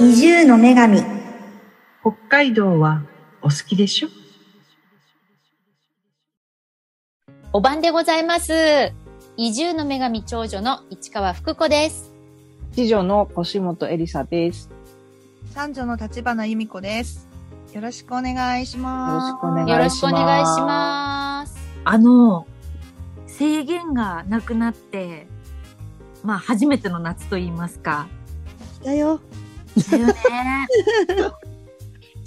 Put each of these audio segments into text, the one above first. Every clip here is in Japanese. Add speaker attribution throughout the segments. Speaker 1: の女神
Speaker 2: 北海道はお好きでしょ
Speaker 3: お晩でございます。移住の女神長女の市川福子です。
Speaker 4: 次女の腰本エリサです。
Speaker 5: 三女の立花由美子です。よろしくお願いします。
Speaker 4: よろしくお願いします
Speaker 3: よろしくお願いします。
Speaker 6: あの、制限がなくなって、まあ初めての夏と言いますか。
Speaker 5: だよ。
Speaker 6: だよね。
Speaker 4: 来た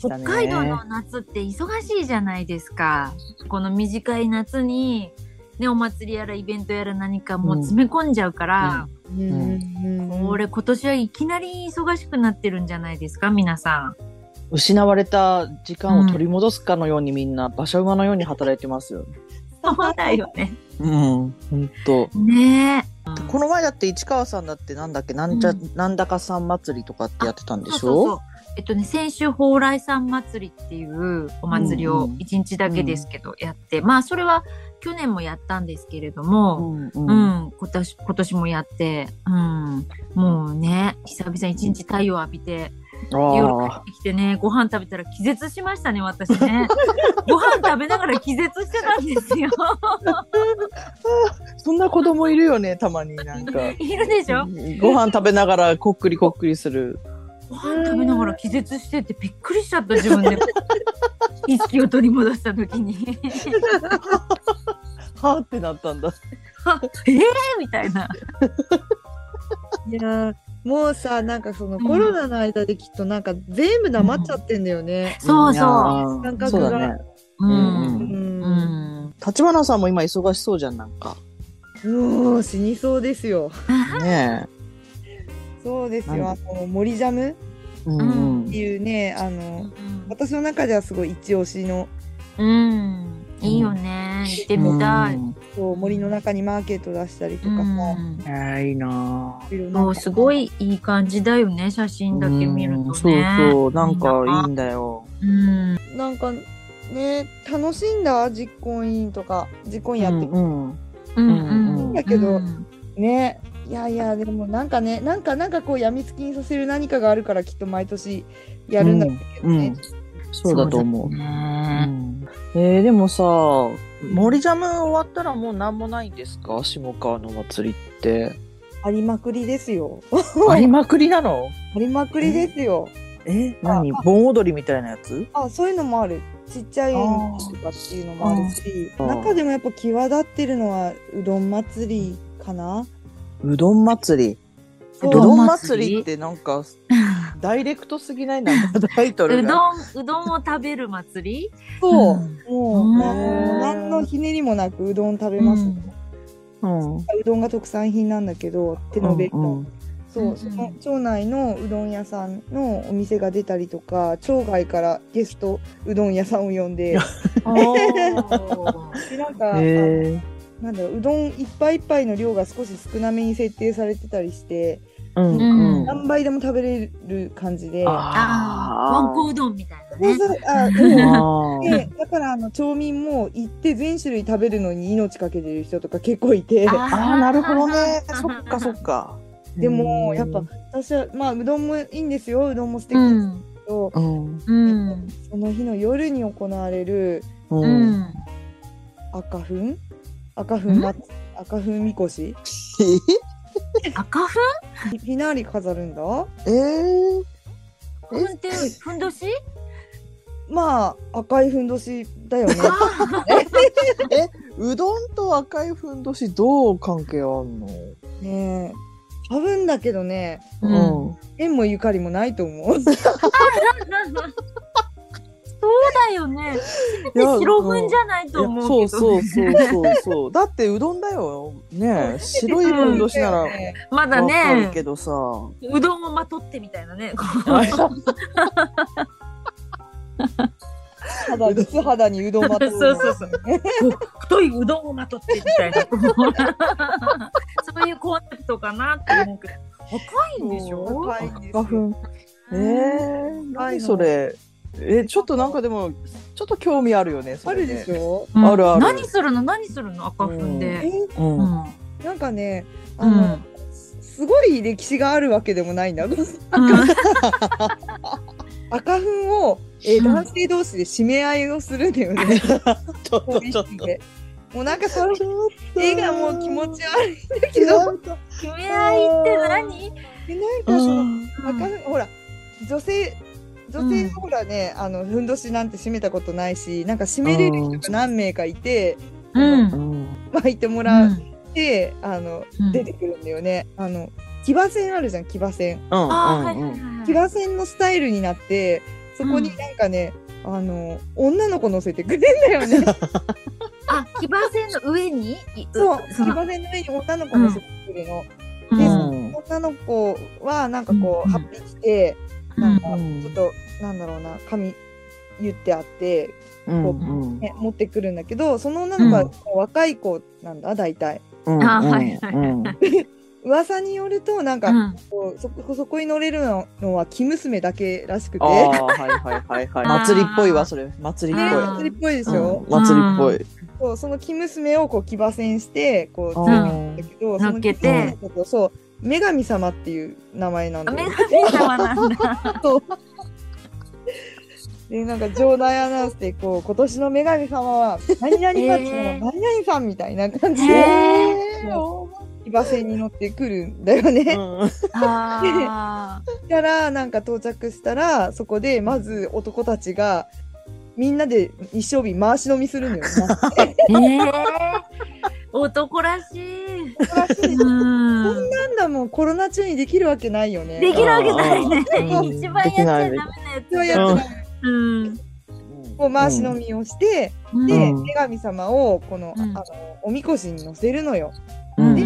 Speaker 6: 北
Speaker 4: ね
Speaker 6: 海道の夏って忙しいじゃないですか。この短い夏に、ね、お祭りやらイベントやら何かもう詰め込んじゃうから、これ今年はいきなり忙しくなってるんじゃないですか、皆さ
Speaker 4: 失われた時間を取り戻すかのようにみんな馬車馬のように働いてますよ。
Speaker 6: ん。そうだよね。
Speaker 4: うん、本当。
Speaker 6: ね
Speaker 4: この前だって市川さんだってなんだっけなんちゃ、
Speaker 6: うん
Speaker 4: なんだかさん祭りとかってやってたん
Speaker 6: え。
Speaker 4: で
Speaker 6: そ
Speaker 4: し
Speaker 6: うそうそ
Speaker 4: ょ
Speaker 6: う。えっとね、先週、蓬莱山祭りっていうお祭り
Speaker 4: う
Speaker 6: を
Speaker 4: んうん
Speaker 6: 一日だけですけどやって、まあ、それは去年もやったんですけれど
Speaker 4: う
Speaker 6: も、
Speaker 4: んう。
Speaker 6: うんん、今年、今年もやって、うん、もうね、久々に一日太陽浴びて、夜帰
Speaker 4: あ
Speaker 6: ってきてね、ご飯食べたら気絶しましたね、私 ね。ご飯食べながら気絶してたんですよ。
Speaker 4: あ、そんな子供いるよね、たまになんか。
Speaker 6: いるでしょ
Speaker 4: ご飯食べながらこっくりこっくりする。
Speaker 6: ご飯食べながら気絶しててびっくりしちゃった、自分 で。意識を取り戻した時に。
Speaker 4: はーってなったんだ。
Speaker 6: ええみたいな。
Speaker 7: いやーもうさなんかその
Speaker 6: ん
Speaker 7: コロナの間できっとなんか全部なまっちゃってんだよね。
Speaker 6: そうそう。
Speaker 4: う
Speaker 7: 感覚が
Speaker 4: そうだね。う
Speaker 6: う
Speaker 4: ん
Speaker 6: ん。
Speaker 7: うん
Speaker 6: うん。
Speaker 4: 立花さんも今忙しそうじゃん、なんか。
Speaker 7: もう死にそうですよ。
Speaker 4: ね
Speaker 7: そうですよ。
Speaker 4: な
Speaker 7: あの森ジャム
Speaker 4: え。うんう
Speaker 7: っ
Speaker 4: ん
Speaker 7: て。いうねあの私の中ではすごい一押しの
Speaker 6: うん。いいよね。行ってみたい。
Speaker 4: うん。
Speaker 7: そう森の中にマーケット出したりとかさ、
Speaker 6: うん
Speaker 4: ええいいなあ。
Speaker 7: いろんな
Speaker 6: もうすごいいい感じだよね。写真だけ見る
Speaker 4: うん
Speaker 6: と
Speaker 4: そう
Speaker 6: ね。
Speaker 4: そう、なんかいいんだよ。
Speaker 6: うん。
Speaker 7: なんかね楽しんだ実行委員とか実行委員やって、
Speaker 4: うんうん
Speaker 6: うんん
Speaker 4: うん
Speaker 6: うん。
Speaker 7: だけど
Speaker 6: うん
Speaker 7: ねいやいやでもなんかねなんかなんかこうやみつきにさせる何かがあるからきっと毎年やるんだろうけど
Speaker 4: う
Speaker 7: ね。
Speaker 4: ん、そうだと思う。
Speaker 6: そうだ
Speaker 4: う
Speaker 6: ね
Speaker 4: んえーでもさ、森ジャム終わったらもう何もないんですか下川の祭りって。
Speaker 7: ありまくりですよ。
Speaker 4: ありまくりなの
Speaker 7: ありまくりですよ。
Speaker 4: え何盆踊りみたいなやつ
Speaker 7: あ、そういうのもある。ちっちゃいのとかっていうのもあるし、
Speaker 4: あー
Speaker 7: 中でもやっぱ際立ってるのはうどん祭りかな。
Speaker 4: うどん祭り。
Speaker 7: そう
Speaker 4: うどん祭りってなん か、ダイレクトすぎないなんかタイトル
Speaker 6: う
Speaker 4: が。
Speaker 6: どん、うどんを食べる祭り
Speaker 7: そう、
Speaker 6: うん
Speaker 7: もうな
Speaker 4: へー
Speaker 7: 何のひねりもなくうどん食べます、う
Speaker 6: うん
Speaker 4: うん。うん
Speaker 7: どんが特産品なんだけど、手延べうどん。
Speaker 4: うん
Speaker 7: そうう、
Speaker 6: んうん
Speaker 7: その町内のうどん屋さんのお店が出たりとか、町外からゲストうどん屋さんを呼んで、
Speaker 6: おー
Speaker 7: でなんか、
Speaker 4: へえ。
Speaker 7: あなんだろう、うどん一杯一杯の量が少し少なめに設定されてたりして、
Speaker 4: うん
Speaker 6: うん
Speaker 4: うん。
Speaker 7: 何倍でも食べれる感じで。
Speaker 6: ああ、わんこうどんみたいなね。
Speaker 7: そうそうあで
Speaker 4: ー
Speaker 7: も
Speaker 4: あー
Speaker 7: でだからあの町民も行って全種類食べるのに命かけてる人とか結構いて
Speaker 6: あ。
Speaker 4: あー、なるほどね そっかそっか。
Speaker 7: でも
Speaker 4: うん
Speaker 7: やっぱ、私はまあうどんもいいんですようどんも素敵
Speaker 6: う
Speaker 7: です
Speaker 6: ん。
Speaker 7: けど、
Speaker 4: うん。
Speaker 6: うん。
Speaker 7: その日の夜に行われる
Speaker 4: う。
Speaker 6: うんん。
Speaker 7: 赤粉赤粉
Speaker 6: ん
Speaker 7: ま赤粉みこし
Speaker 6: 赤ふ
Speaker 7: フィナーレ飾るんだ
Speaker 4: えー。
Speaker 6: んふんって、ふんどし
Speaker 7: まあ赤いふんどしだよね
Speaker 4: うどんと赤いふんどしどう関係あんの
Speaker 7: ねえ多分だけどね
Speaker 6: うん。
Speaker 7: 縁もゆかりもないと思う
Speaker 6: そうだよね。
Speaker 4: いや
Speaker 6: 白粉じゃないと思うけど、
Speaker 4: い
Speaker 6: ね。
Speaker 4: やそうそうそうそう そう。だってうどんだよ。ねえ白いふんどしならわ
Speaker 6: まだ
Speaker 4: かる
Speaker 6: ね、
Speaker 4: けどさ。
Speaker 6: うどんをまとってみたいなね。こう
Speaker 7: 肌素肌にうどんまとう
Speaker 6: そうそうそう太いうどんをまとってみたいな。こうそういうコンセプトかなって思うけど。赤いんでしょ
Speaker 7: 赤いんです
Speaker 4: 花
Speaker 7: よ
Speaker 4: 粉。えー、
Speaker 7: 赤い
Speaker 4: 何
Speaker 7: の
Speaker 4: それ。え、ちょっとなんかでも、ちょっと興味あるよね。そ
Speaker 7: あ
Speaker 4: れ
Speaker 7: る
Speaker 4: ね
Speaker 7: でしょ
Speaker 6: うん
Speaker 4: あるある
Speaker 6: 何するの何するの赤粉
Speaker 7: え
Speaker 6: で。
Speaker 4: うん。
Speaker 6: ん。
Speaker 7: なんかねあ
Speaker 6: う
Speaker 7: の、
Speaker 6: ん。
Speaker 7: すすごい歴史があるわけでもないんだ。 赤粉を、えー
Speaker 6: うん
Speaker 7: 男性同士で締め合いをするんだよね。
Speaker 4: ちょっと
Speaker 7: 取
Speaker 4: ちょっ
Speaker 7: 引
Speaker 4: と。
Speaker 7: でもうなんかその絵がもう気持ち悪いんだけちど、なんか
Speaker 6: 決め合いって何
Speaker 7: えなん
Speaker 4: う
Speaker 7: かその、
Speaker 4: ん
Speaker 7: 赤粉ほら女性女性のほらね、あのふんどしなんて締めたことないしなんか締めれる人が何名かいて
Speaker 6: うん。
Speaker 7: 巻いてもらって、あの
Speaker 6: うん
Speaker 7: 出てくるんだよね。あの騎馬戦あるじゃん騎馬戦。
Speaker 4: うん
Speaker 6: あーは
Speaker 4: う
Speaker 6: い
Speaker 4: ん
Speaker 6: は
Speaker 4: う
Speaker 6: い
Speaker 4: ん。
Speaker 6: はい
Speaker 7: 騎
Speaker 6: はい。
Speaker 7: 馬戦のスタイルになってそこになんかね、あの女の子乗せてくれんだ よね。
Speaker 6: あ、騎馬戦の上にい
Speaker 7: そう騎
Speaker 6: その
Speaker 7: 馬戦の上に女の子乗せてくるの。
Speaker 6: う
Speaker 7: で
Speaker 6: ん
Speaker 7: 女の子はなんかこう、
Speaker 6: うん
Speaker 7: ハッピー着て、
Speaker 6: うん
Speaker 7: なんか
Speaker 4: うん
Speaker 7: ちょっとなんだろうな髪言ってあって、
Speaker 4: うん
Speaker 7: こ
Speaker 4: うん
Speaker 7: ね、持ってくるんだけどその女の子は
Speaker 6: うん
Speaker 7: こう若い子なんだ大体。
Speaker 4: うん
Speaker 6: あーはいはい
Speaker 4: うん
Speaker 7: 噂によるとなん
Speaker 6: う
Speaker 7: か
Speaker 6: ん
Speaker 7: こう、そこそこに乗れるのは生娘だけらしくて
Speaker 4: あーはいはいはいはい。祭りっぽいわそれ。祭りっぽい
Speaker 6: あー。
Speaker 7: 祭りっぽいでし
Speaker 4: う
Speaker 7: ょ
Speaker 4: ん、祭りっぽい。
Speaker 7: そうその生娘をこう騎馬戦してこう
Speaker 4: あ
Speaker 7: 連れて
Speaker 4: ー
Speaker 7: きたんだけど
Speaker 6: 乗っけて
Speaker 7: その娘のことそう女神様っていう名前なんだ
Speaker 6: 女
Speaker 7: よ
Speaker 6: 神様なんだ。
Speaker 7: でなんか場内アナウンスでこう今年の女神様 は何々町の何
Speaker 6: えー
Speaker 7: 々さんみたいな感じで
Speaker 6: へー
Speaker 7: 騎馬戦に乗ってくるんだよね。
Speaker 6: あー
Speaker 7: からなんか到着したらそこでまず男たちがみんなで一生日回し飲みする んだよね。
Speaker 6: えー男らしい。うん。
Speaker 7: なんだもうコロナ中にできるわけないよね。
Speaker 6: できるわけないね
Speaker 4: う。ん
Speaker 6: 一番やっちゃダメな
Speaker 7: そう
Speaker 6: や
Speaker 7: やっ
Speaker 6: つ。
Speaker 7: てない
Speaker 6: うん。
Speaker 7: こう回し飲みをして、
Speaker 6: うん
Speaker 7: で、
Speaker 4: うん
Speaker 7: 女神様をこの,、
Speaker 6: うん
Speaker 7: あのおみこしに乗せるのよ。
Speaker 4: うん
Speaker 7: で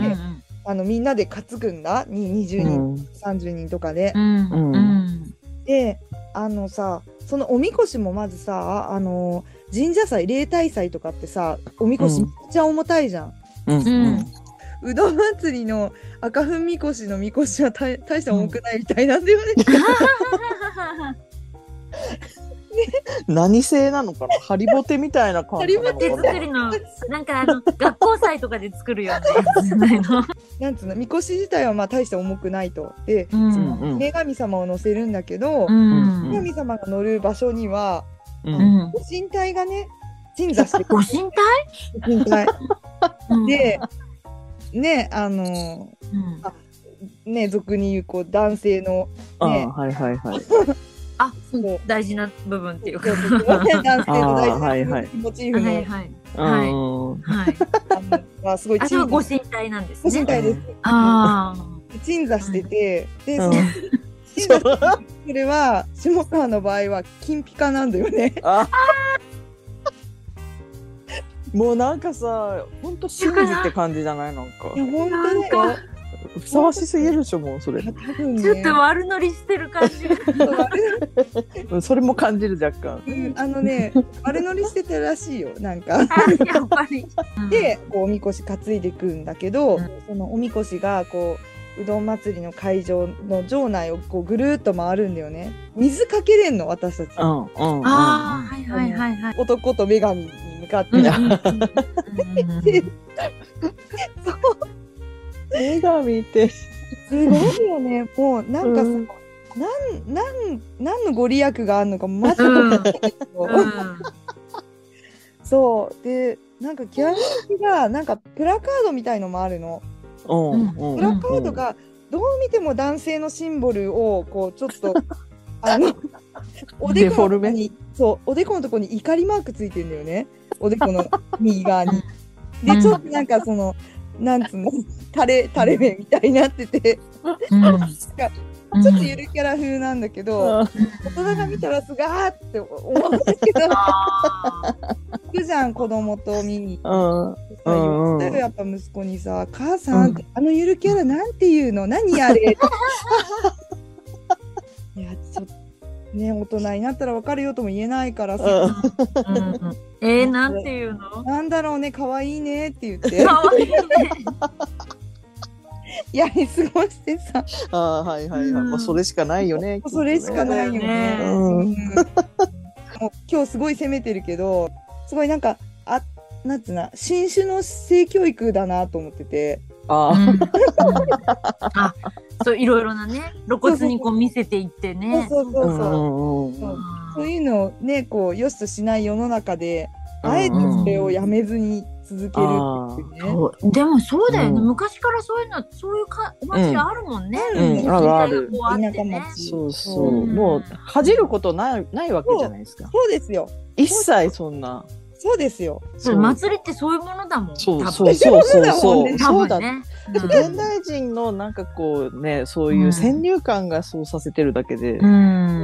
Speaker 7: あのみんなで担ぐんだに20人、30人とかで
Speaker 6: う。んうんうん
Speaker 7: であのさそのおみこしもまずさあの神社祭例大祭とかってさおみこし
Speaker 4: うん
Speaker 7: めっちゃ重たいじゃん。
Speaker 4: うんうん
Speaker 7: うどん祭りの赤粉みこしのみこしは大大した重くないみたいなんだよね。
Speaker 4: 何製なのかなハリボテみたいな感じなのか
Speaker 6: 手
Speaker 4: な。
Speaker 6: 作りのなんかあの学校祭とかで作るようなやつじゃないの。
Speaker 7: なんつうのみこし自体はまあ大して重くないと。で、
Speaker 6: う
Speaker 4: うんんうん
Speaker 7: 女神様を乗せるんだけど、
Speaker 6: うん
Speaker 7: 女神様が乗る場所には
Speaker 4: うん
Speaker 7: ご神体がね鎮座して
Speaker 6: ご
Speaker 7: くるご神
Speaker 6: 神体
Speaker 7: 体で、ねあの
Speaker 6: うん
Speaker 7: ね俗に言うこう男性の
Speaker 4: あーはいはいはい。
Speaker 6: あ
Speaker 7: そう
Speaker 6: 大事な部分っていうか。
Speaker 7: そうそうそう男性の大事な
Speaker 4: あーはいはい
Speaker 7: モチーフの、
Speaker 6: はいはいはい
Speaker 4: うん
Speaker 6: はい。
Speaker 7: あのまあすごい
Speaker 6: あそれは
Speaker 7: 鎮
Speaker 6: ご神体なんです
Speaker 7: ご
Speaker 6: ね。
Speaker 7: 神体です。
Speaker 6: ああ。
Speaker 7: 鎮座してて、で、
Speaker 4: うん
Speaker 7: その鎮座してるそれは下川の場合は金ピカなんだよね。
Speaker 4: あもうなんかさ、本当真珠って感じじゃないなんか
Speaker 7: い。や本当だ
Speaker 6: な
Speaker 7: よ。
Speaker 4: ふさわしすぎるでしょもうそれ。
Speaker 7: 多分ね
Speaker 6: ちょっと悪乗りしてる感じが。
Speaker 4: うんそれも感じる若干。
Speaker 7: うんあのね丸乗りしてたらしいよなんか。
Speaker 6: あやっぱり。
Speaker 7: でこうおみこし担いでくんだけど、
Speaker 6: うん
Speaker 7: そのおみこしがこううどん祭りの会場の場内をこうぐるーっと回るんだよね。水かけれんの私たち。
Speaker 4: うんうんうん。
Speaker 6: ああ、はいはいはいはい。
Speaker 7: 男と女神に向かって、
Speaker 6: うん
Speaker 7: 女
Speaker 4: 女神って。
Speaker 7: すごいよね。もうなんかさ、なん、なん、なんのご利益があるのか、まず、
Speaker 6: うん
Speaker 7: うそう、で、なんかギャラクが、なんかプラカードみたいのもあるの。
Speaker 4: うんうん。
Speaker 7: プラカードが、どう見ても男性のシンボルを、こう、ちょっと。 あの、おでこのとこに、そう、おでこのとこに怒りマークついてんだよね。おでこの右側 に。
Speaker 6: う
Speaker 7: で、
Speaker 6: ん
Speaker 7: ちょっとなんか、その、なんつうの、垂れ、垂れ目みたいになってて、
Speaker 6: うん
Speaker 7: ちょっとゆるキャラ風なんだけど。大人が見たらすがーって思うんだけ ど行くじゃん子供と見に行
Speaker 4: うん。うん。
Speaker 7: って
Speaker 4: うんうん
Speaker 7: さ言ったらやっぱ息子にさ「母さん、あのゆるキャラなんていうの何あれ」いやちょっとね大人になったら分かるよとも言えないからさ
Speaker 6: うんえー、なんていう
Speaker 7: 「
Speaker 6: の
Speaker 7: なんだろうね可愛いね」って言って
Speaker 6: かわいいね。
Speaker 7: やり過ごしてさ
Speaker 4: ああはいはいはい。
Speaker 6: うん
Speaker 4: まあそれしかないよね。
Speaker 7: それしかないよね。
Speaker 6: そうだよね
Speaker 7: うんもう今日すごい責めてるけど、すごいなんか、あ、なんつうな、新種の性教育だなと思ってて、
Speaker 4: あ
Speaker 6: う
Speaker 4: あ、
Speaker 6: んうんあ、そういろいろなね露骨にこう見せていってね。
Speaker 7: そうそうそううん
Speaker 4: う
Speaker 7: そう。
Speaker 4: んうん。
Speaker 7: そういうのをね、こう、良しとしない世の中で、あえてそれをやめずに続けるっていうね。
Speaker 6: そうでもそうだよね、
Speaker 4: うん
Speaker 6: 昔からそういうのそういうかお祭りあるもんね、
Speaker 4: うんうんあるある
Speaker 6: 時代がこうあってね
Speaker 7: 田舎町
Speaker 4: そうそう、
Speaker 6: うん
Speaker 4: もう恥じることないないわけじゃないですか
Speaker 7: そうですよ。
Speaker 4: 一切そんな
Speaker 7: そうですよ。
Speaker 6: そうう祭りってそういうものだもん
Speaker 4: そう
Speaker 6: 多分
Speaker 4: そうそうそう
Speaker 7: 多分
Speaker 4: そう、
Speaker 7: ね
Speaker 4: そうだ
Speaker 6: 多分ね
Speaker 4: 現代人のなんかこうねそういう先入観がそうさせてるだけで、
Speaker 6: うん、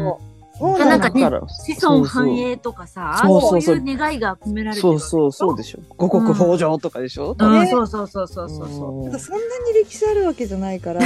Speaker 6: うん
Speaker 7: そう
Speaker 6: な
Speaker 7: なんん
Speaker 6: か
Speaker 7: だ。
Speaker 6: ね
Speaker 4: だから
Speaker 6: 子孫繁栄とかさ
Speaker 4: そうそうそう
Speaker 6: そういう願いが込められてる
Speaker 4: そ
Speaker 6: わ
Speaker 4: う
Speaker 6: け
Speaker 4: そうそうでしょ五穀豊穣とかでしょ、
Speaker 6: うん
Speaker 7: ね
Speaker 6: そうそうそうそうそうそう
Speaker 4: うん
Speaker 7: そんなに歴史あるわけじゃないから、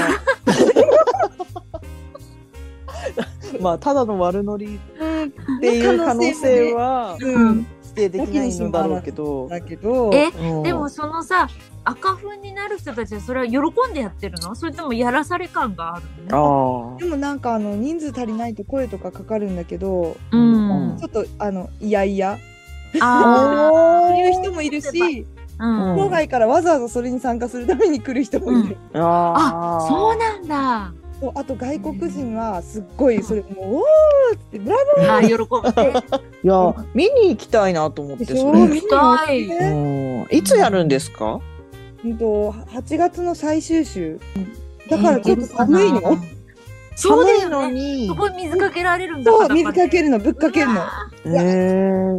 Speaker 4: まあただの悪ノリっていう可能性は
Speaker 7: うん、
Speaker 4: 否定できないのだろうけど、
Speaker 7: だけど、
Speaker 6: え
Speaker 4: うん
Speaker 6: でもそのさ赤粉になる人たちはそれは喜んでやってるのそれともやらされ感があるの
Speaker 4: あ
Speaker 7: でもなんかあの人数足りないと声とかかかるんだけど、
Speaker 6: うん
Speaker 7: ちょっとあのいやいや
Speaker 6: あ
Speaker 7: そ
Speaker 4: あ
Speaker 7: ういう人もいるし、
Speaker 6: ーうん
Speaker 4: うん
Speaker 7: 郊外からわざわざそれに参加するために来る人もいる。
Speaker 4: あ
Speaker 6: あ
Speaker 4: ー
Speaker 6: そうなんだ
Speaker 7: そうあと外国人はすっごいそれもうおーっつってブラ
Speaker 6: あー喜ぶね
Speaker 4: いや見に行きたいなと思っ
Speaker 7: ボー
Speaker 4: て
Speaker 7: で
Speaker 4: そ
Speaker 7: しょ。
Speaker 4: れ
Speaker 7: 見に行って
Speaker 6: 行き
Speaker 7: ね
Speaker 4: うんいつやるんですか？
Speaker 7: うんと8月の最終週。だからちょっと寒いの。
Speaker 6: えーそうだよね
Speaker 4: 寒いのに
Speaker 6: そ、こに水かけられるんだ
Speaker 7: そう
Speaker 6: 裸で
Speaker 7: 水かけるのぶっかけるの。
Speaker 4: え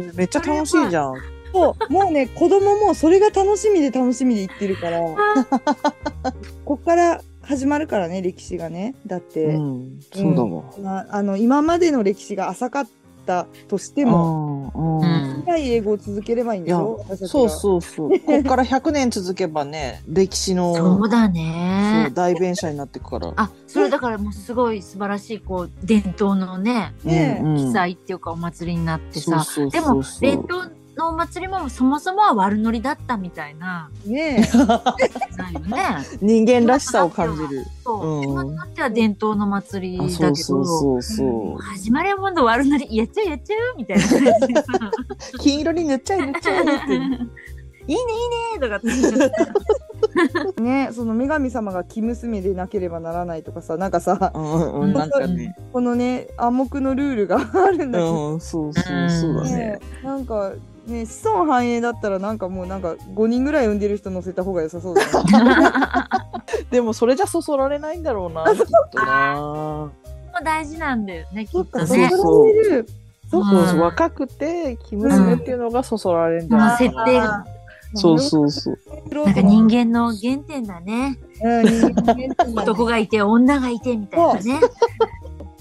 Speaker 4: ー、めっちゃ楽しいじゃん。
Speaker 7: そうもうね子供もそれが楽しみで楽しみで行ってるから。 こっから始まるからね歴史がね。だって。
Speaker 4: うん、そうだわ。
Speaker 7: まあ、あの今までの歴史が浅かったとしても
Speaker 4: うんうん
Speaker 7: 長い英語を続ければいいんでしょ私たちが
Speaker 4: そうそう そう。こっから100年続けばね、歴史の
Speaker 6: そうだ
Speaker 4: そう
Speaker 6: ね
Speaker 4: 代弁者になってくから。
Speaker 6: あそれだからもうすごい素晴らしいこう伝統のね
Speaker 7: ね
Speaker 4: うん
Speaker 6: 記載っていうかお祭りになってさ
Speaker 4: そう
Speaker 6: で
Speaker 4: そ
Speaker 6: も
Speaker 4: うそう
Speaker 6: 伝統のお祭りもそもそもは悪ノリだったみたいな
Speaker 7: ね
Speaker 6: ないよね
Speaker 4: 人間らしさを感じる。
Speaker 6: そう
Speaker 4: うん
Speaker 6: 今となっては伝統の祭り
Speaker 4: あ
Speaker 6: だけ
Speaker 4: そ
Speaker 6: ど
Speaker 4: うそうそうそ
Speaker 6: 始まりはもの悪ノリやっちゃうやっちゃうみたいな感じでさ
Speaker 4: う。金色に塗っちゃえ塗っちゃえ って。
Speaker 6: いいねいいねとかって言っちゃって
Speaker 7: えねえその女神様が生娘でなければならないとかさなんかさ
Speaker 4: うんうんなんかね。
Speaker 7: このね暗黙のルールがあるんだけど、
Speaker 4: うんそうそうそうだね
Speaker 7: ね。えなんかね子孫繁栄だったらなんかもうなんか5人ぐらい産んでる人乗せた方が良さそうだな
Speaker 4: でもそれじゃそそられないんだろうな。きっとな。
Speaker 6: も大事なんだよね き
Speaker 7: そ
Speaker 6: っ
Speaker 7: っ
Speaker 6: と
Speaker 7: かそ
Speaker 6: ね
Speaker 7: そられる
Speaker 4: そう
Speaker 6: う
Speaker 4: そ
Speaker 6: ん
Speaker 4: うそう若くて生娘っていうのがそそられるんじゃ
Speaker 6: まあ
Speaker 4: ない
Speaker 6: 設
Speaker 4: かな。
Speaker 6: 定が
Speaker 4: そうそうそう。
Speaker 6: なんか人間の原点だね
Speaker 7: うん人間人間
Speaker 6: 男がいて女がいてみたいなね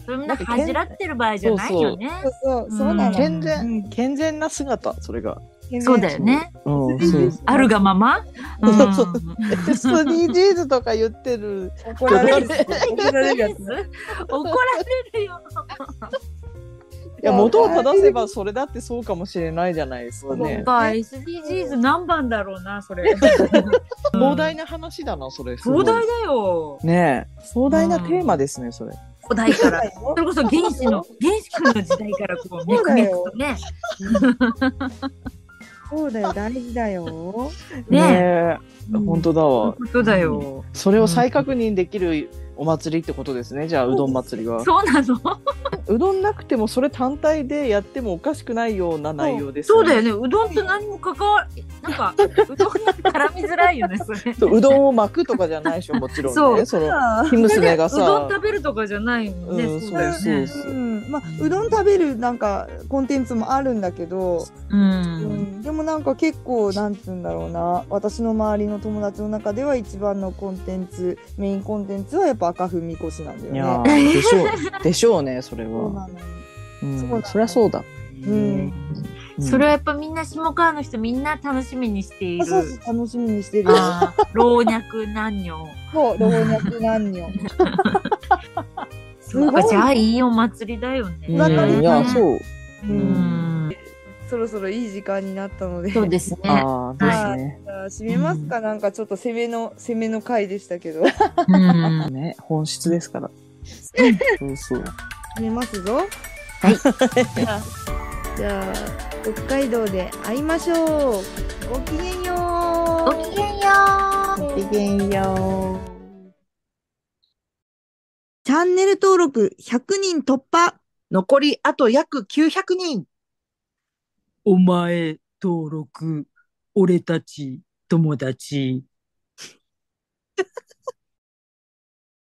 Speaker 6: そんな恥じらってる場合じゃないよね
Speaker 7: そうそうそうなの、
Speaker 4: 健
Speaker 7: う
Speaker 4: 全
Speaker 7: ん
Speaker 4: 健全な姿それが。
Speaker 7: 健全
Speaker 6: そうだよね
Speaker 4: うんそう。
Speaker 6: あるがまま
Speaker 4: そう
Speaker 6: うん
Speaker 4: そう SDGs とか言って る。
Speaker 7: 怒られる怒られるやつ
Speaker 6: 怒られるよ
Speaker 4: いや元を正せばそれだってそうかもしれないじゃないですか
Speaker 6: そっ
Speaker 4: ね。
Speaker 6: か SDGs 何番だろうなそれ
Speaker 4: 膨大な話だなそれ。すごい
Speaker 6: 壮大だよ
Speaker 4: ねえ壮大なテーマですねそれ。
Speaker 6: 古代から
Speaker 7: そうだよ
Speaker 6: それこそ原始の原始君の時代からこう
Speaker 7: そう
Speaker 6: 脈
Speaker 7: だ
Speaker 6: 々
Speaker 7: よ
Speaker 6: とね
Speaker 7: そうだよ、大事だよ。
Speaker 6: ね
Speaker 4: ねえ本当だ
Speaker 6: そういう
Speaker 4: わ。
Speaker 6: ことだよ
Speaker 4: それを再確認できるお祭りってことですねじゃあうどん祭りは。
Speaker 6: そうなの
Speaker 4: うどんなくてもそれ単体でやってもおかしくないような内容です、
Speaker 6: そうだよね。うどんと何も関わり、なんか、うどんが絡みづらいよね、それ。
Speaker 4: そううどんを巻くとかじゃないでしょもちろんね。
Speaker 6: そう
Speaker 4: その生娘が
Speaker 6: うど
Speaker 4: さ
Speaker 6: ん食べるとかじゃないもんね。
Speaker 4: うん
Speaker 6: だよね
Speaker 4: そ
Speaker 7: う
Speaker 4: う
Speaker 7: ん、まあ、うどん食べるなんかコンテンツもあるんだけど、
Speaker 6: う。
Speaker 7: うんん、でもなんか結構なんつうんだろうな私の周りの友達の中では一番のコンテンツメインコンテンツはやっぱ赤踏みこしなんだよ
Speaker 4: い
Speaker 7: ね。
Speaker 4: やーでしょうでしょうねそれ
Speaker 7: そう
Speaker 4: は。
Speaker 7: なのよ
Speaker 4: うん
Speaker 7: そうだね
Speaker 4: そりゃそうだ。
Speaker 7: うん
Speaker 4: うん
Speaker 6: それはやっぱみんな下川の人みんな楽しみにしてい
Speaker 7: あ
Speaker 6: る。
Speaker 7: そうそう楽しみにしてるよ。
Speaker 6: あー老若男女。
Speaker 7: そう老若男 女。す
Speaker 6: なん
Speaker 7: ご
Speaker 6: か
Speaker 7: い
Speaker 6: じゃあいいお祭りだよ
Speaker 4: うん
Speaker 6: ね。
Speaker 7: わかる
Speaker 4: いやそう。
Speaker 7: う
Speaker 6: うんん。
Speaker 7: そろそろいい時間になったので、
Speaker 6: そうですね。
Speaker 4: ああですね。
Speaker 7: じゃあ締めますか、なんかちょっと攻めの攻めの回でしたけど
Speaker 6: うん。
Speaker 4: ね本質ですから。そうそう。
Speaker 7: 締めますぞ。
Speaker 6: は い
Speaker 7: じゃあ。じゃあ北海道で会いましょう。ごきげんよう。
Speaker 6: ごきげんよう。
Speaker 4: い
Speaker 3: げんよう。
Speaker 7: チャンネル登録100人突破
Speaker 3: 残りあと約900人。
Speaker 8: お前、登録、俺たち、友達。